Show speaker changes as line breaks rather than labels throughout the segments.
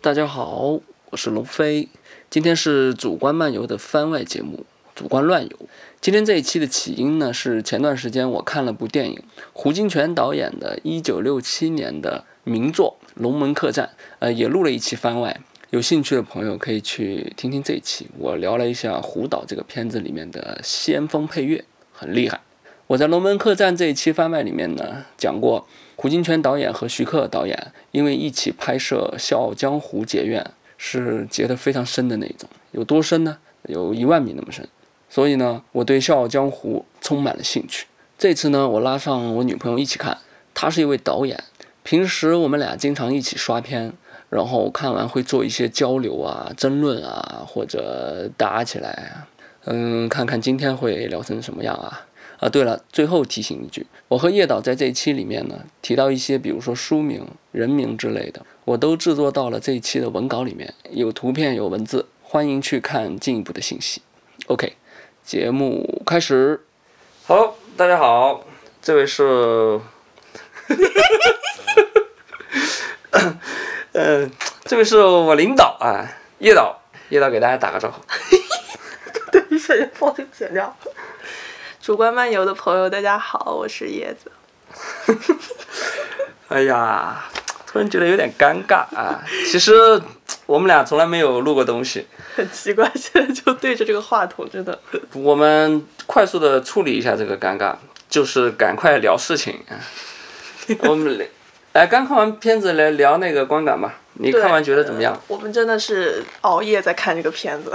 大家好，我是龙飞，今天是主观漫游的番外节目《主观乱游》。今天这一期的起因呢，是前段时间我看了部电影，胡金铨导演的1967年的名作《龙门客栈》，呃，也录了一期番外。有兴趣的朋友可以去听听这一期，我聊了一下胡导这个片子里面的先锋配乐，很厉害。我在《龙门客栈》这一期番外里面呢，讲过胡金铨导演和徐克导演因为一起拍摄《笑傲江湖》结怨，是结得非常深的那一种，有多深呢？有一万米那么深。所以呢，我对《笑傲江湖》充满了兴趣。这次呢，我拉上我女朋友一起看，她是一位导演，平时我们俩经常一起刷片，然后看完会做一些交流啊、争论啊，或者打起来啊，嗯，看看今天会聊成什么样啊。啊，对了，最后提醒一句，我和叶导在这一期里面呢提到一些，比如说书名、人名之类的，我都制作到了这一期的文稿里面，有图片有文字，欢迎去看进一步的信息。OK，节目开始。Hello，大家好，这位是， 呃，这位是我领导啊，叶导，叶导给大家打个招呼。
等 一下，帮我剪掉。主观漫游的朋友，大家好，我是叶子。
哎呀，突然觉得有点尴尬啊！其实我们俩从来没有录过东西，
很奇怪，现在就对着这个话筒，真的。
我们快速的处理一下这个尴尬，就是赶快聊事情。我们来来，刚看完片子来聊那个观感吧， 你看完觉得怎么样？
我们真的是熬夜在看这个片子，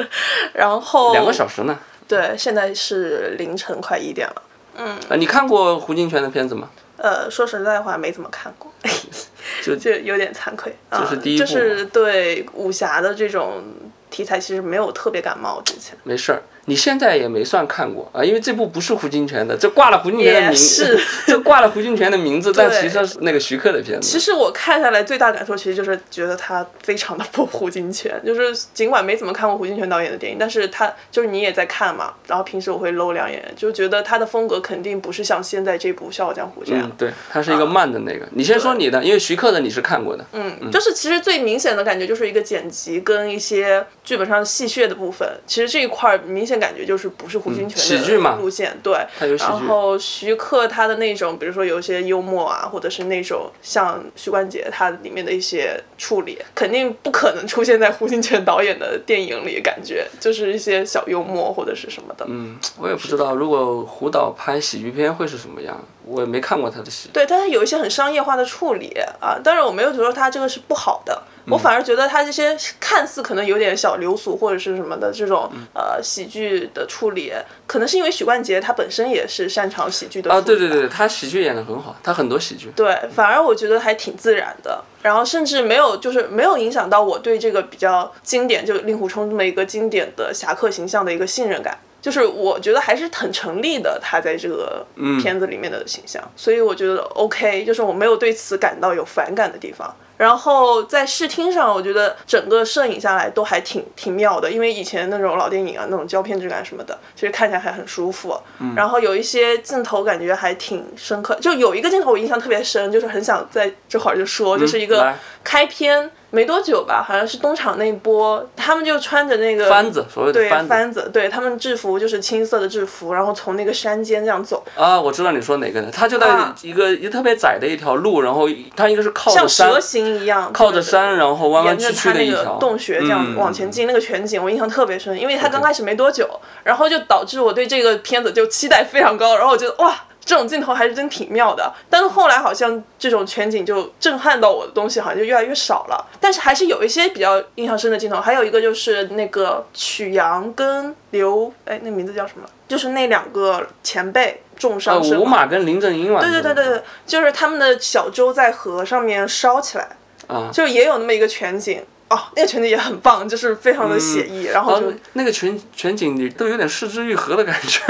然后
两个小时呢？
对，现在是凌晨快一点了。嗯，
呃，你看过胡金铨的片子吗？
呃，说实在话，没怎么看过，
就
就有点惭愧啊。
这是第一部
就是对武侠的这种题材，其实没有特别感冒。之前
没事儿，你现在也没算看过啊，因为这部不是胡金铨的，这挂了胡金铨的
也
名，
是
这挂了胡金铨的名字，但
对
其实是那个徐克的片子。
其实我看下来最大感受，其实就是觉得他非常的不胡金铨，就是尽管没怎么看过胡金铨导演的电影，但是他就是你也在看嘛，然后平时我会搂两眼，就觉得他的风格肯定不是像现在这部《笑傲江湖》这样啊
嗯，。对，它是一个慢的那个。你先说你的，因为徐克的你是看过的。
嗯，就是其实最明显的感觉就是一个剪辑跟一些剧本上的戏谑的部分，其实这一块儿明显感觉就是不是胡金
嗯喜
铨
剧嘛
的路线，对。
它有喜
然
剧，
后徐克他的那种，比如说有一些幽默啊，或者是那种像许冠杰他里面的一些处理，肯定不可能出现在胡金铨导演的电影里，感觉就是一些小幽默或者是什么的。
嗯，我也不知道，如果胡导拍喜剧片会是什么样，我也没看过他的戏。
对，但是有一些很商业化的处理啊，但是我没有觉得他这个是不好的，
嗯
我反而觉得他这些看似可能有点小流俗或者是什么的这种、
嗯
呃喜剧的处理，可能是因为许冠杰他本身也是擅长喜剧的
啊，
处
对
理
对
吧
对，对他喜剧演的很好，他很多喜剧。
对，反而我觉得还挺自然的，然后甚至没有就是没有影响到我对这个比较经典，就令狐冲这么一个经典的侠客形象的一个信任感。就是我觉得还是很成立的，他在这个
嗯
片子里面的形象，所以我觉得 OK，就是我没有对此感到有反感的地方。然后在视听上，我觉得整个摄影下来都还挺挺妙的，因为以前那种老电影啊，那种胶片质感什么的，其实看起来还很舒服。
嗯
然后有一些镜头感觉还挺深刻，就有一个镜头我印象特别深，就是很想在这会儿就说，就是一个
嗯来
开篇没多久吧，好像是东厂那一波，他们就穿着那个
番子，所谓的
对
番子
番子，对他们制服就是青色的制服，然后从那个山间这样走，
啊，我知道你说哪个了，他就在
啊
一个一个特别窄的一条路，然后他应该是靠
像
着山
蛇，形一样，
靠着
对对对
山，然后弯弯
沿
曲
着
曲
他
的一
那
条
个洞穴这样
嗯
往前进，那个全景我印象特别深，因为他
OK
刚开始没多久，然后就导致我对这个片子就期待非常高，然后我觉得哇。这种镜头还是真挺妙的，但是后来好像这种全景就震撼到我的东西好像就越来越少了。但是还是有一些比较印象深的镜头，还有一个就是那个曲阳跟刘，哎，那名字叫什么？就是那两个前辈重
呃，
伤身
五
亡。
马跟林正英嘛。
对对对对对，就是他们的小舟在河上面烧起来，
啊，
就也有那么一个全景哦，那个全景也很棒，就是非
嗯
常的写意，然后
然
就、
后啊那个全全景里都有点失之愈合的感 觉，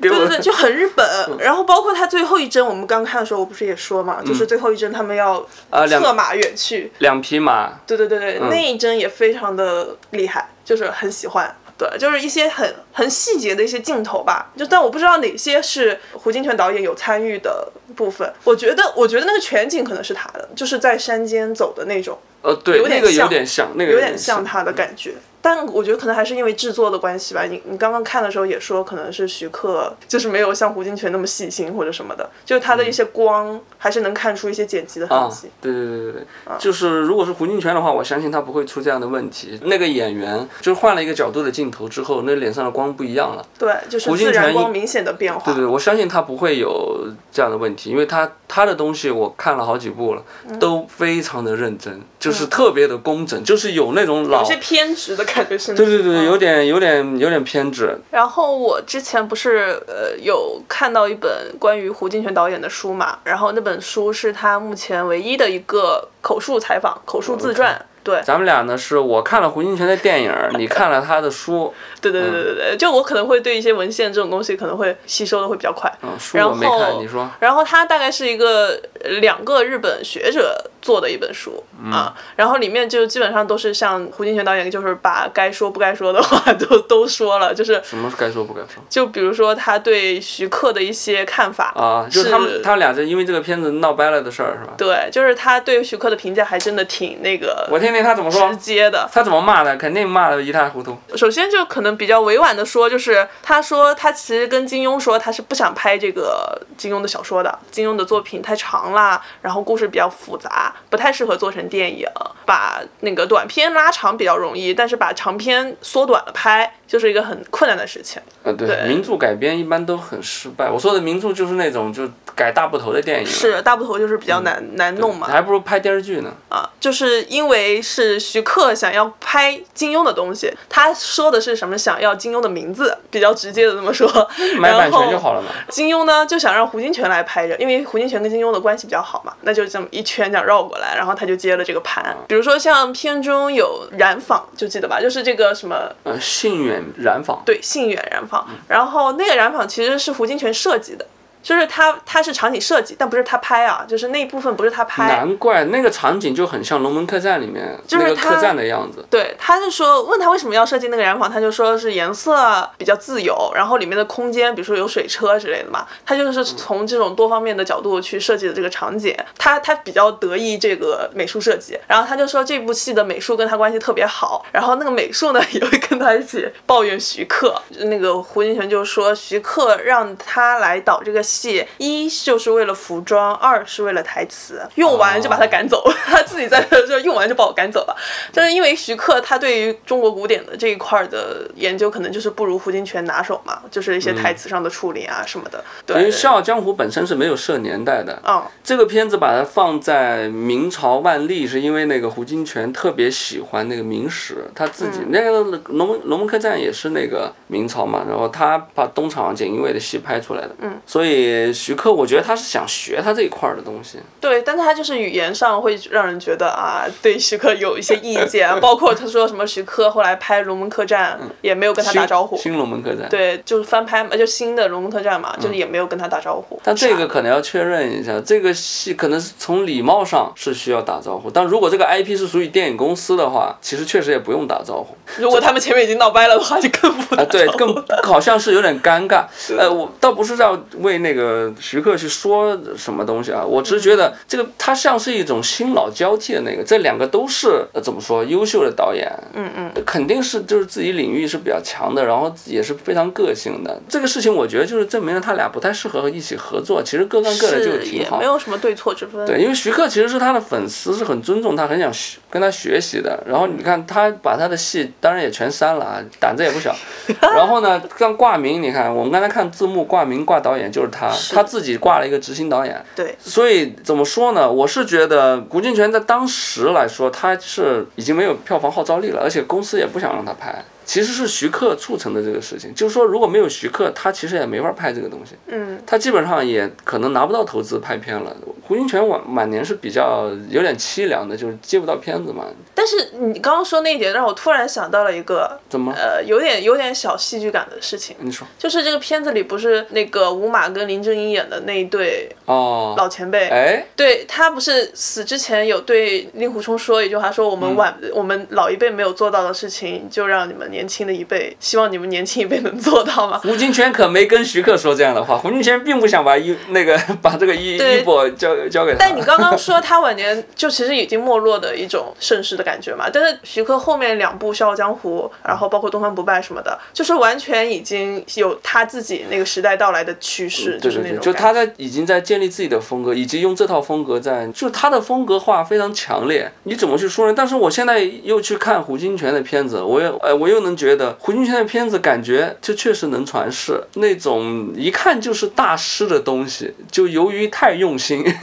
给
对
我嗯
对对，就很日本。然后包括他最后一帧，我们刚看的时候，我不是也说嘛，就是最后一帧他们要
嗯啊两
策马远去，
两匹马，
对对对对，
嗯
那一帧也非常的厉害，就是很喜欢。对，就是一些很很细节的一些镜头吧，就但我不知道哪些是胡金铨导演有参与的部分，我觉得我觉得那个全景可能是他的，就是在山间走的那种，
呃，对，
有点
那个有
像
点像，啊那个
有
点
点像他的
嗯
感觉。但我觉得可能还是因为制作的关系吧。你你刚刚看的时候也说，可能是徐克就是没有像胡金铨那么细心或者什么的，就是他的一些光还是能看出一些剪辑的痕
嗯啊
迹。，
对对对对对，
嗯
就是如果是胡金铨的话，我相信他不会出这样的问题。那个演员就是换了一个角度的镜头之后，那脸上的光不一样了。
对，就是
胡金
自
铨
然
一
光明显的变化。
对对，我相信他不会有这样的问题，因为他他的东西我看了好几部了，
嗯
都非常的认真，就是特别的工整，就是有那种老
有些嗯偏执的感觉，是
对对对，有点有点有点偏执。
然后我之前不是呃有看到一本关于胡金铨导演的书嘛，然后那本书是他目前唯一的一个口述采访、口述自
哦
传。对
咱们俩呢是我看了胡金铨的电影儿，你看了他的书，
对对对对
嗯
对，就我可能会对一些文献这种东西可能会吸收的会比较快。
嗯，书我没
然
看，
后
你说
然后它大概是一个呃两个日本学者做的一本书、
嗯
啊，然后里面就基本上都是像胡金铨导演，就是把该说不该说的话 都都说了，就是
什么该说不该说
就比如说他对徐克的一些看法
啊？就是
是
他们他俩就因为这个片子闹掰了的事儿是吧？
对，就是他对徐克的评价还真的挺那
我
个
听听他怎么说
直，接的。
他怎么骂的，肯定骂的一塌糊涂。
首先就可能比较委婉的说，就是他说他其实跟金庸说他是不想拍这个金庸的小说的，金庸的作品太长啦，然后故事比较复杂，不太适合做成电影。把那个短片拉长比较容易，但是把长篇缩短了拍，就是一个很困难的事情。
呃，对，
对
名著改编一般都很失败。我说的名著就是那种就改大部头的电影，
是大部头就是比较难、难弄嘛。
还不如拍电视剧呢。
啊，就是因为是徐克想要拍金庸的东西，他说的是什么？想要金庸的名字，比较直接的这么说。
买版
然后
权就好了嘛。
金庸呢就想让胡金铨来拍着，因为胡金铨跟金庸的关系比较好嘛，那就这么一圈这样绕过来，然后他就接了这个
嗯
盘。比如说像片中有染坊，就记得吧，就是这个什么
呃，信远染坊，
对，信远染坊。
嗯
然后那个染坊其实是胡金铨设计的，就是他他是场景设计，但不是他拍啊，就是那一部分不是他拍。
难怪那个场景就很像《龙门客栈》里面
就是
那个
他
客栈的样子。
对，他就说问他为什么要设计那个染坊，他就说是颜色比较自由，然后里面的空间，比如说有水车之类的嘛，他就是从这种多方面的角度去设计的这个场景，他他比较得意这个美术设计，然后他就说这部戏的美术跟他关系特别好，然后那个美术呢 也会跟他一起抱怨徐克，那个胡金铨就说徐克让他来导这个戏，一就是为了服装，二是为了台词，用完就把他赶走， 他自己在这儿就用完就把我赶走了。就是因为徐克他对于中国古典的这一块儿的研究，可能就是不如胡金铨拿手嘛，就是一些台词上的处理啊什么的。
因为
对
《笑傲江湖》本身是没有设年代的，
嗯，
这个片子把它放在明朝万历，是因为那个胡金铨特别喜欢那个明史，他自
嗯
己、那个龙门龙门客栈也是那个明朝嘛，然后他把东厂锦衣卫的戏拍出来的，嗯，所以徐克我觉得他是想学他这一块儿的东西，
对，但是他就是语言上会让人觉得啊，对徐克有一些意 见，啊包括他说什么徐克后来拍《龙门客栈》
嗯
也没有跟他打招呼
新，新龙门客栈，，
对，就是翻拍嘛，就新的《龙门客栈》嘛，就是也没有跟他打招呼。
嗯但这个可能要确认一下，这个戏可能是从礼貌上是需要打招呼，但如果这个 IP 是属于电影公司的话，其实确实也不用打招呼。
啊如果他们前面已经闹掰了的话，就更不打
啊，对，
招呼
更好像 是有点尴尬。呃，我倒不是要为那个徐克去说什么东西啊，我只是觉得这个他像是一种新老交替的那个，这两个都是、呃、怎么说优秀的导演，嗯嗯，肯定是就是自己领域是比较强的，然后也是非常个性的。这个事情我觉得就是证明了他俩不太适合一起合作，其实各干各的就是挺
也
好
没。有什么对错之分。
对，因为徐克其实是他的粉丝，是很尊重他，很想学跟他学习的。然后你看他把他的戏，当然也全删了啊，胆子也不小。然后呢，像挂名，你看我们刚才看字幕挂名挂导演就是他，
是
他自己挂了一个执行导演。
对
所以怎么说呢？我是觉得胡金铨在当时来说，他是已经没有票房号召力了，而且公司也不想让他拍。其实是徐克促成的这个事情，就是说如果没有徐克，他其实也没法拍这个东西。
嗯，
他基本上也可能拿不到投资拍片了，胡金铨晚晚年是比较有点凄凉的，就是接不到片子嘛。
但是你刚刚说那一点，让我突然想到了一个
怎么？
呃，有点有点小戏剧感的事情，
你说
就是这个片子里不是那个吴马跟林正英演的那一对
哦，
老前辈，
哎，
对他不是死之前有对令狐冲说一句话，说我
嗯
们晚、我们老一辈没有做到的事情，就让你们年轻的一辈，希望你们年轻一辈能做到嘛。
胡金铨可没跟徐克说这样的话，胡金铨并不想把衣那个把这个衣
对
衣钵交交给他。
但你刚刚说他晚年就其实已经没落的一种盛世的感觉嘛，但是徐克后面两部《笑傲江湖》，然后包括《东方不败》什么的，就是完全已经有他自己那个时代到来的趋势，
嗯对
是
对
那
对，
种
就
感
他在已经在建立自己的风格，以及用这套风格在，就他的风格化非常强烈，你怎么去说呢？但是我现在又去看胡金铨的片子，我也呃我又能觉得胡金铨的片子感觉就确实能传世，那种一看就是大师的东西，就由于太用心。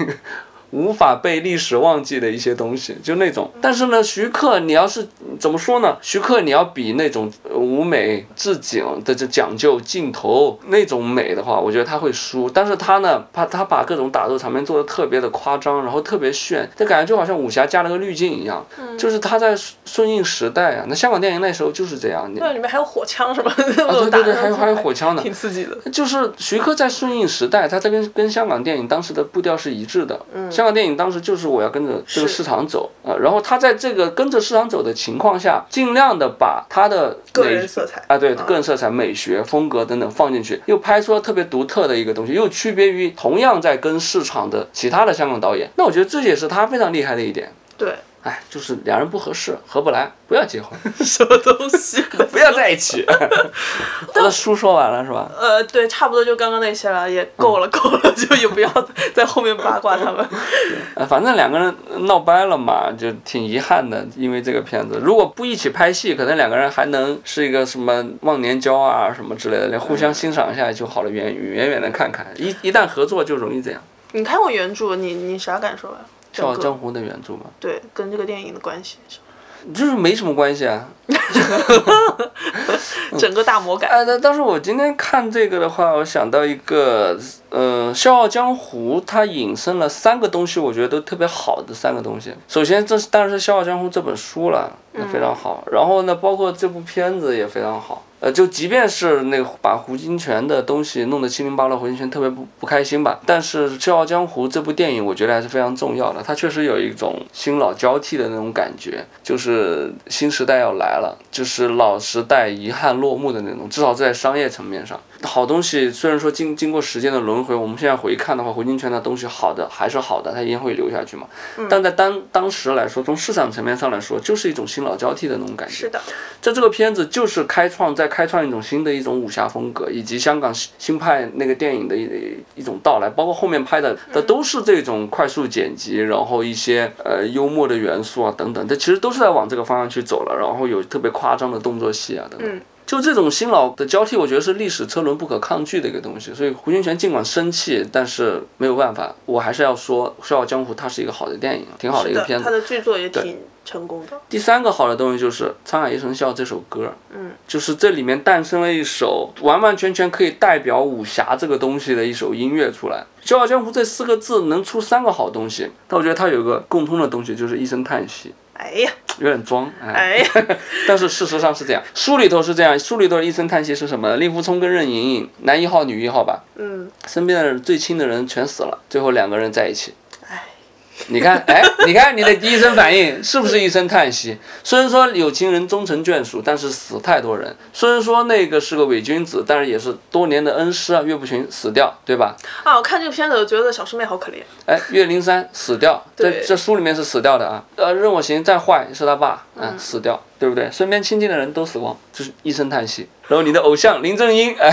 无法被历史忘记的一些东西，就那种。但是呢，徐克，你要是怎么说呢？徐克，你要比那种呃舞美、置景的这讲究镜头那种美的话，我觉得他会输。但是他呢，把他把各种打斗场面做的特别的夸张，然后特别炫，这感觉就好像武侠加了个滤镜一样。
嗯
就是他在顺应时代啊，那香港电影那时候就是这样。你
对，里面还有火枪什么的，
啊，对
我打
对
的
对，还有还有火枪呢。
挺刺激的。
就是徐克在顺应时代，他在跟跟香港电影当时的步调是一致的。香港电影当时就是我要跟着这个
嗯是
市场走啊、呃然后他在这个跟着市场走的情况下，尽量的把他的
个
美
人色彩
啊，对个人色彩、美学、风格等等放进去，又拍出了特别独特的一个东西，又区别于同样在跟市场的其他的香港导演。那我觉得这也是他非常厉害的一点。
对，
哎，就是两人不合适，合不来，不要结婚，
什么东西？
不要在一 起。我的书说完了是吧？
呃，对，差不多就刚刚那些了，也够了，够了，就也不要在后面八卦 他们。
呃，反正两个人闹掰了嘛，就挺遗憾的。因为这个片子，如果不一起拍戏，可能两个人还能是一个什么忘年交啊什么之类的，连互相欣赏一下就好了，远远远的看看。一一旦合作就容易这样。
你看过原著，你你啥感受啊？
《笑傲
整个
江湖》的原著嘛，
对，跟这个电影的关系是吧，
就是没什么关系啊。嗯
整个大魔改。
哎，但但是我今天看这个的话，我想到一个，呃，《笑傲江湖》它引申了三个东西，我觉得都特别好的三个东西。首先，这是当然是《笑傲江湖》这本书了，那非常好。然后呢，包括这部片子也非常好。呃，就即便是那个把胡金铨的东西弄得七零八落，胡金铨特别不不开心吧，但是《笑傲江湖》这部电影，我觉得还是非常重要的。它确实有一种新老交替的那种感觉，就是新时代要来了，就是老时代遗憾落幕的那种。至少在商业层面上，好东西虽然说经经过时间的轮回，我们现在回看的话，胡金铨的东西好的还是好的，它一定会留下去嘛。但在当当时来说，从市场层面上来说，就是一种新老交替的那种感觉。
是的，
在这个片子就是开创，在开创一种新的一种武侠风格，以及香港新新派那个电影的一一种到来，包括后面拍的，
嗯
它都是这种快速剪辑，然后一些呃幽默的元素啊等等，这其实都是在往这个方向去走了，然后有特别夸张的动作戏啊等等。
嗯
就这种新老的交替，我觉得是历史车轮不可抗拒的一个东西。所以胡金铨尽管生气，但是没有办法，我还是要说《笑傲江湖》它是一个好的电影，挺好的一
是
个
的
片，子
他。的剧作也挺成功的。
第三个好的东西就是《沧海一声笑》这首歌，嗯，就是这里面诞生了一首完完全全可以代表武侠这个东西的一首音乐出来。《笑傲江湖》这四个字能出三个好东西，但我觉得它有一个共通的东西，就是一声叹息，
哎呀，
有点装，哎，
哎呀，
但是事实上是这样。书里头是这样，书里头一声叹息是什么呢？令狐冲跟任盈盈，男一号女一号吧，
嗯，
身边的人最亲的人全死了，最后两个人在一起。
哎，
你看，哎，你看你的第一声反应是不是一声叹息？虽然说有情人终成眷属，但是死太多人。虽然说那个是个伪君子，但是也是多年的恩师啊，岳不群死掉，对吧？
啊，我看这个片子，我觉得小师妹好可怜。
哎，岳灵珊死掉，这
对
这书里面是死掉的啊。呃，任我行再坏是他爸，嗯，死掉，对不对？身边亲近的人都死光，就是一声叹息。然后你的偶像林正英，哎，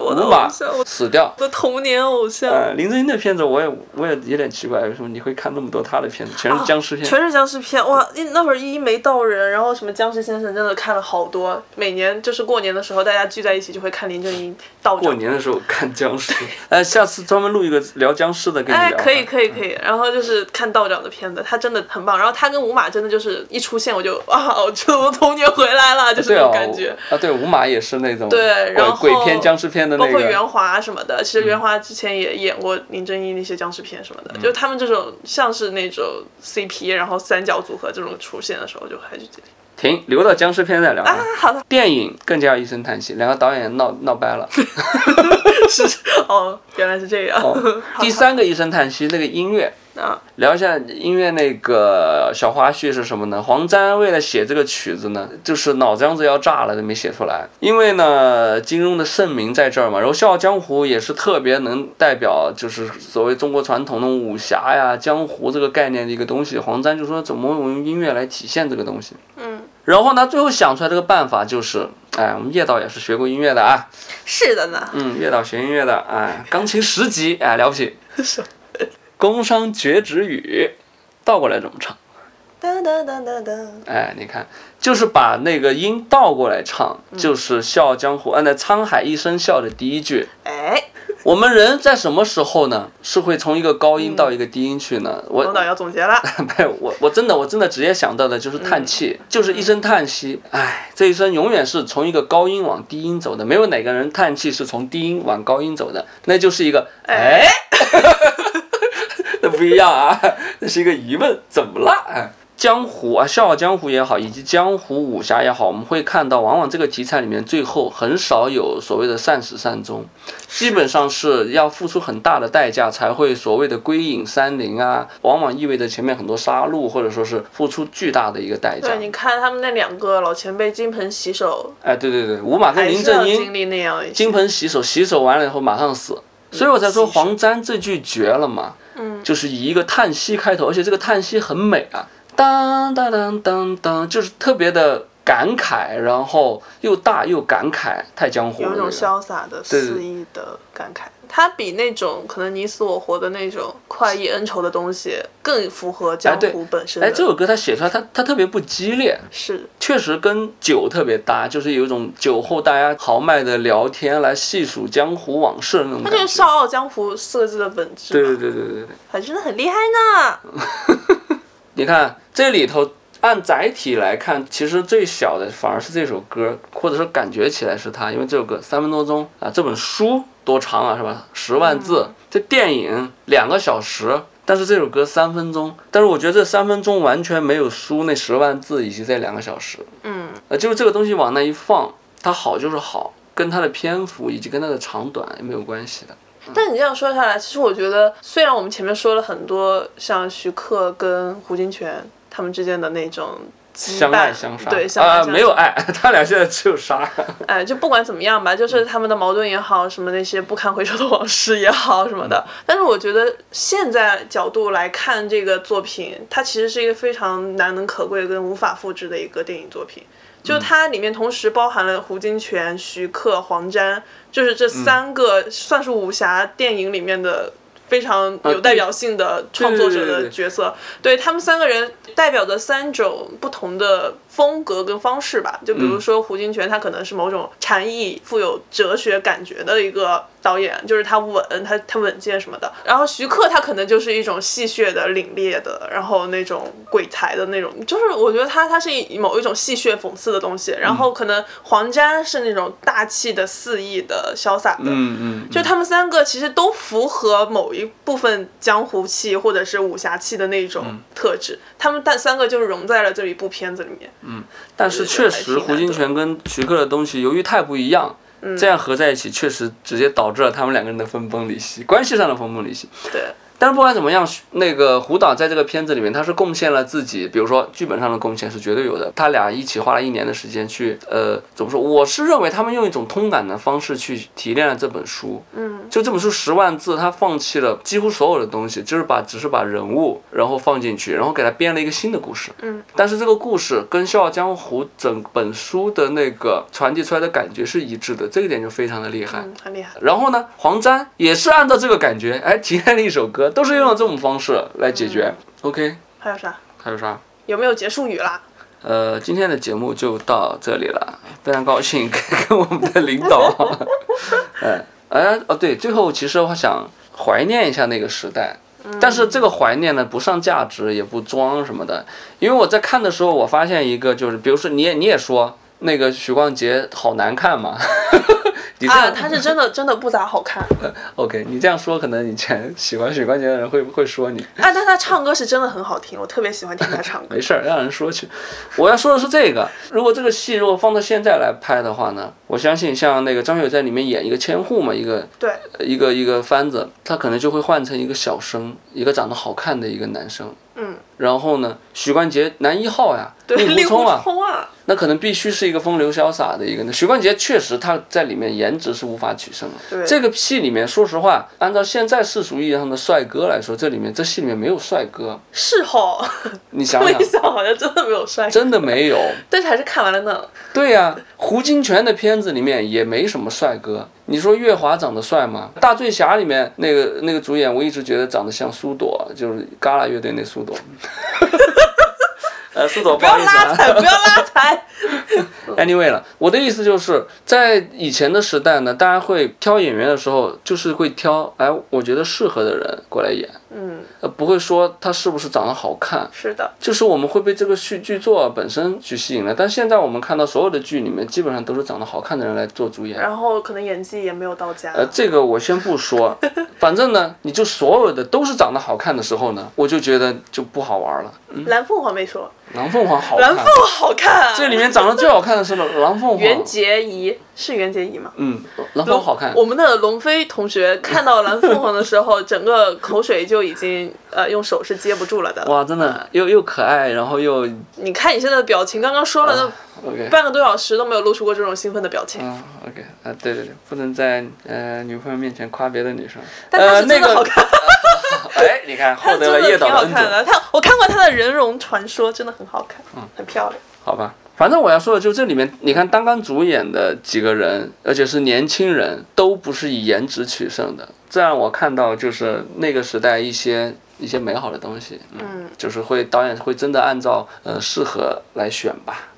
我的
五马
偶像，我
死掉。
的童年偶像。
呃，林正英的片子我也我也有点奇怪，为什么你会看那么多他的片子，全是僵尸片？
哦啊全是僵尸片哇！一那会儿一没到人，然后什么僵尸先生真的看了好多。每年就是过年的时候，大家聚在一起就会看林正英道
过
长。
年的时候看僵尸，哎，下次专门录一个聊僵尸的跟你
哎，
聊。
可以
嗯
可以可以。然后就是看道长的片子，他真的很棒。然后他跟吴马真的就是一出现我就啊，我就我童年回来了，就是
对
那
哦
种感觉。，
啊，对，吴马也是那种
对然后
鬼鬼片、僵尸片的
包
那
括
个，嗯
袁华什么的，其实袁华之前也演过林正英那些僵尸片什么的，就他们这种像是那种 CP，然后三角组合这种出现的时候，就还是觉得
停，留到僵尸片再聊吧。
啊，好的，
电影更加一声叹息，两个导演闹闹掰了。
是哦，原来是这样，
哦
好
第三个一声叹息，那个音乐，
啊，
聊一下音乐那个小花絮是什么呢？黄沾为了写这个曲子呢，就是脑浆子要炸了，都没写出来。因为呢，金庸的盛名在这儿嘛，然后《笑傲江湖》也是特别能代表，就是所谓中国传统的武侠呀、江湖这个概念的一个东西。黄沾就说怎么用音乐来体现这个东西。
嗯，
然后呢，最后想出来这个办法就是，哎，我们叶导也是学过音乐的啊，
是的呢，
嗯，叶导学音乐的，哎，钢琴十级，哎，了不起。 工商绝止语，倒过来怎么唱？
噔噔噔噔噔，
哎，你看，就是把那个音倒过来唱，就是《笑傲江湖》按啊那沧海一声笑的第一句。
哎，
我们人在什么时候呢？是会从一个高音到一个低音去呢？我
冯导要总结 了，
没有，我我真的我真的直接想到的就是叹气，就是一声叹息。唉，这一生永远是从一个高音往低音走的，没有哪个人叹气是从低音往高音走的，那就是一个哎， 那不一样啊，那是一个疑问，怎么了？哎江湖啊，《笑傲江湖》也好，以及江湖武侠也好，我们会看到，往往这个题材里面最后很少有所谓的善始善终，基本上是要付出很大的代价才会所谓的归隐山林啊，往往意味着前面很多杀戮，或者说是付出巨大的一个代价
对，。你看他们那两个老前辈金盆洗手，
哎，对对对，吴马跟
还
林
是要
正英
经历那样一些
金盆洗手，洗手完了以后马上死，所以我才说
嗯洗手
黄沾这句绝了嘛，
嗯，
就是以一个叹息开头，而且这个叹息很美啊，当当当当当，就是特别的感慨，然后又大又感慨，太江湖了
有一种
这个。
潇洒的
对对
肆意的感慨。它比那种可能你死我活的那种快意恩仇的东西更符合江
对
湖本身的。
哎，嗯这首歌它写出来，它它特别不激烈，
是
确实跟酒特别搭，就是有一种酒后大家豪迈的聊天，来细数江湖往事的那种
它
感
就是
觉。
“笑傲江湖”四个字的本质
对
嘛，
对对对对对。
还真的很厉害呢。
你看这里头按载体来看，其实最小的反而是这首歌，或者说感觉起来是它，因为这首歌三分多钟啊，这本书多长啊，是吧？十万字，
嗯
这电影两个小时。但是这首歌三分钟，但是我觉得这三分钟完全没有书那十万字以及这两个小时，
嗯，
呃，就是这个东西往那一放，它好就是好，跟它的篇幅以及跟它的长短也没有关系的。
但你这样说下来，其实我觉得，虽然我们前面说了很多像徐克跟胡金铨他们之间的那种羁绊。
相爱相杀，
对，相爱
啊、
相杀
没有爱， 他俩现在只有杀。
哎，就不管怎么样吧，就是他们的矛盾也好，什么那些不堪回首的往事也好什么的。
嗯
但是我觉得现在角度来看这个作品，它其实是一个非常难能可贵跟无法复制的一个电影作品。就
嗯
它里面同时包含了胡金铨、徐克、黄沾，就是
嗯
这三个算是武侠电影里面的非常有代表性的创作者
啊对对对
的
对
角色，对他们三个人代表的三种不同的风格跟方式吧。就比如说胡金铨，他可能是某种禅意、富有哲学感觉的一个导演，就是他稳，他他稳健什么的。然后徐克他可能就是一种戏谑的、凛冽的，然后那种鬼才的那种，就是我觉得他他是以某一种戏谑讽刺的东西。然后可能黄沾是那种大气的、肆意的、潇洒的，
嗯嗯，
就他们三个其实都符合某一部分江湖气或者是武侠气的那种
嗯
特质，他们但三个就是融在了这一部片子里面。
但是确实，
还挺
胡
难
金
得嗯
铨跟徐克的东西由于太不一样，这样合在一起，确实直接导致了他们两个人的分崩离析，关系上的分崩离析。
对，嗯
但是不管怎么样，徐那个胡导在这个片子里面，他是贡献了自己，比如说剧本上的贡献是绝对有的。他俩一起花了一年的时间去，呃，怎么说？我是认为他们用一种通感的方式去提炼了这本书。嗯，就这本书十万字，他放弃了几乎所有的东西，就是把只是把人物然后放进去，然后给他编了一个新的故事。
嗯，
但是这个故事跟《笑傲江湖》整本书的那个传递出来的感觉是一致的，这一点就非常的厉害。
嗯，很厉害。
然后呢，黄沾也是按照这个感觉，哎，体验了一首歌，都是用了这种方式来解决。OK，
还有啥？
还有啥？
有没有结束语啦？
呃，今天的节目就到这里了，非常高兴跟跟我们的领导，哎哎哦对，最后其实我想怀念一下那个时代，但是这个怀念呢不上价值也不装什么的，因为我在看的时候我发现一个就是，比如说你也你也说那个许冠杰好难看嘛。 你这样、
啊，他是真的真的不咋好看
OK，你这样说，可能以前喜欢许冠杰的人会会说你
啊，但他唱歌是真的很好听，我特别喜欢听他唱 歌
没。事儿，让人说去。我要说的是这个，如果这个戏如果放到现在来拍的话呢，我相信像那个张学友在里面演一个千户嘛，一个呃
对，
一个一个番子，他可能就会换成一个小生，一个长得好看的一个男生。
嗯，
然后呢，许冠杰男一号呀，
对，令
令狐
狐
冲啊，
冲啊，
那可能必须是一个风流潇洒的一个。许冠杰确实他在里面颜值是无法取胜
对
的。这个戏里面，说实话，按照现在世俗意义上的帅哥来说，这里面这戏里面没有帅哥，
是吼，
你想
这么
想
一，想好像真的没有帅 哥，
真的没有。
但是还是看完了呢。
对呀、胡金铨的片子里面也没什么帅哥。你说月华长得帅吗？大醉侠里面那个那个主演，我一直觉得长得像苏朵，就是嘎啦乐队那苏朵。 呃，苏朵，
不
不
要
好意思
拉
啊。
踩，不要拉踩。
Anyway 了，我的意思就是在以前的时代呢，大家会挑演员的时候，就是会挑哎，我觉得适合的人过来演，
嗯，
呃，不会说他是不是长得好看，
是的，
就是我们会被这个剧剧作本身去吸引了。但现在我们看到所有的剧里面，基本上都是长得好看的人来做主演。
然后可能演技也没有到家。
呃，这个我先不说，反正呢，你就所有的都是长得好看的时候呢，我就觉得就不好玩了。
蓝凤凰没说，
狼凤凰好
蓝
看
凤，好看啊。
这里面长得最好看的是狼凤
袁
凰，
洁仪是袁洁仪吗？
嗯，狼凤凰好看。
我们的龙飞同学看到蓝凤凰的时候，整个口水就已经呃用手是接不住了的。
哇，真的又又可爱，然后又
你看你现在的表情，刚刚说了那
OK，
半个多小时都没有露出过这种兴奋的表情，
啊嗯，OK，啊，对对对，不能在呃女朋友面前夸别的女生。
但他是真的好
呃
看，
那个、哎，你 看
他
获
真
得了
的
叶导
挺好
恩
看
准，
的。他我看过他的《人容传说》，真的很好看，
嗯
很漂亮。
好吧。反正我要说的就是这里面，你看单刚主演的几个人，而且是年轻人，都不是以颜值取胜的。这让我看到就是那个时代一些一些美好的东西，嗯，就是会导演会真的按照呃适合来选吧。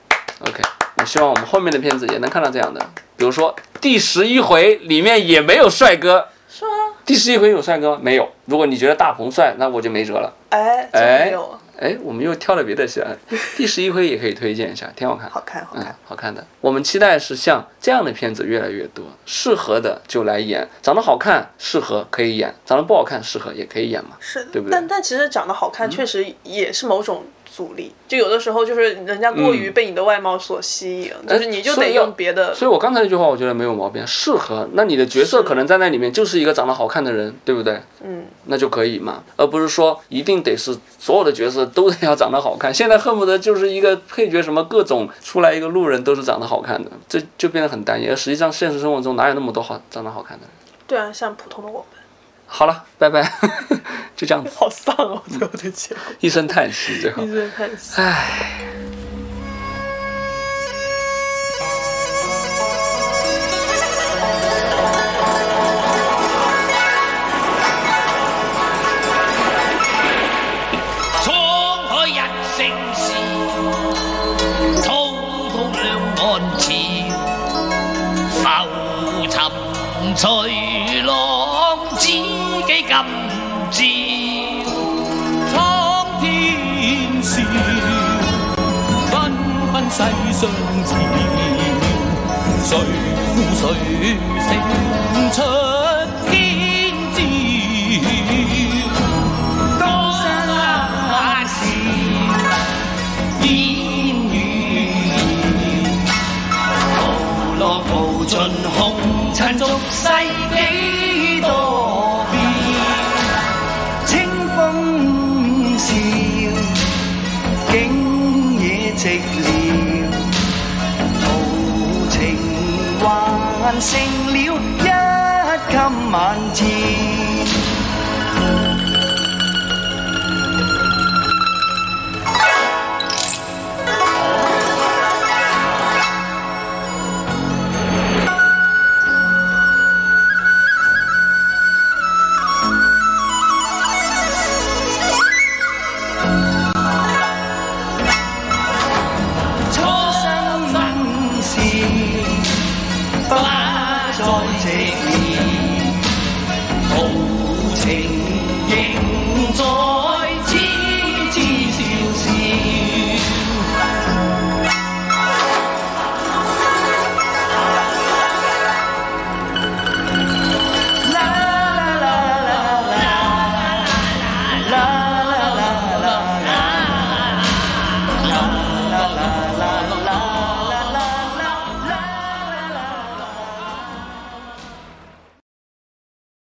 OK，我希望我们后面的片子也能看到这样的，比如说第十一回里面也没有帅哥，
是吗？
第十一回有帅哥吗？没有。如果你觉得大鹏帅，那我就没辙了。
哎，真
哎
没有，
哎，我们又挑了别的戏啊。第十一回也可以推荐一下，挺好看。
好看好
嗯
看。，
好看的。我们期待是像这样的片子越来越多，适合的就来演，长得好看适合可以演，长得不好看适合也可以演嘛。
是的，
对不对嗯
但但其实长得好看确实也是某种阻力，就有的时候就是人家过于被你的外貌所吸引，就是你就
嗯哎所以
得
要
用别的。
所以我刚才那句话我觉得没有毛病，适合。那你的角色可能在那里面就是一个长得好看的人，对不对？
嗯，
那就可以嘛，而不是说一定得是所有的角色都得要长得好看。现在恨不得就是一个配角什么各种出来一个路人都是长得好看的，这就变得很单一。而实际上现实生活中哪有那么多好长得好看的人？
对啊，像普通的我们，
好了，拜拜， 就这样子，
好丧哦，最后的 结果，
一声叹息，最后
一，直叹息。
唉。
沧海一声笑，滔滔两岸潮，浮沉随浪，知己今朝，苍天笑，纷纷世上潮，谁负谁胜出天照。多那是烟雨，流浪无尽红尘俗世幾多變，清風笑，景野寂寥，豪情還成了一襟晚照。初生笑，不再寂寥，豪情仍在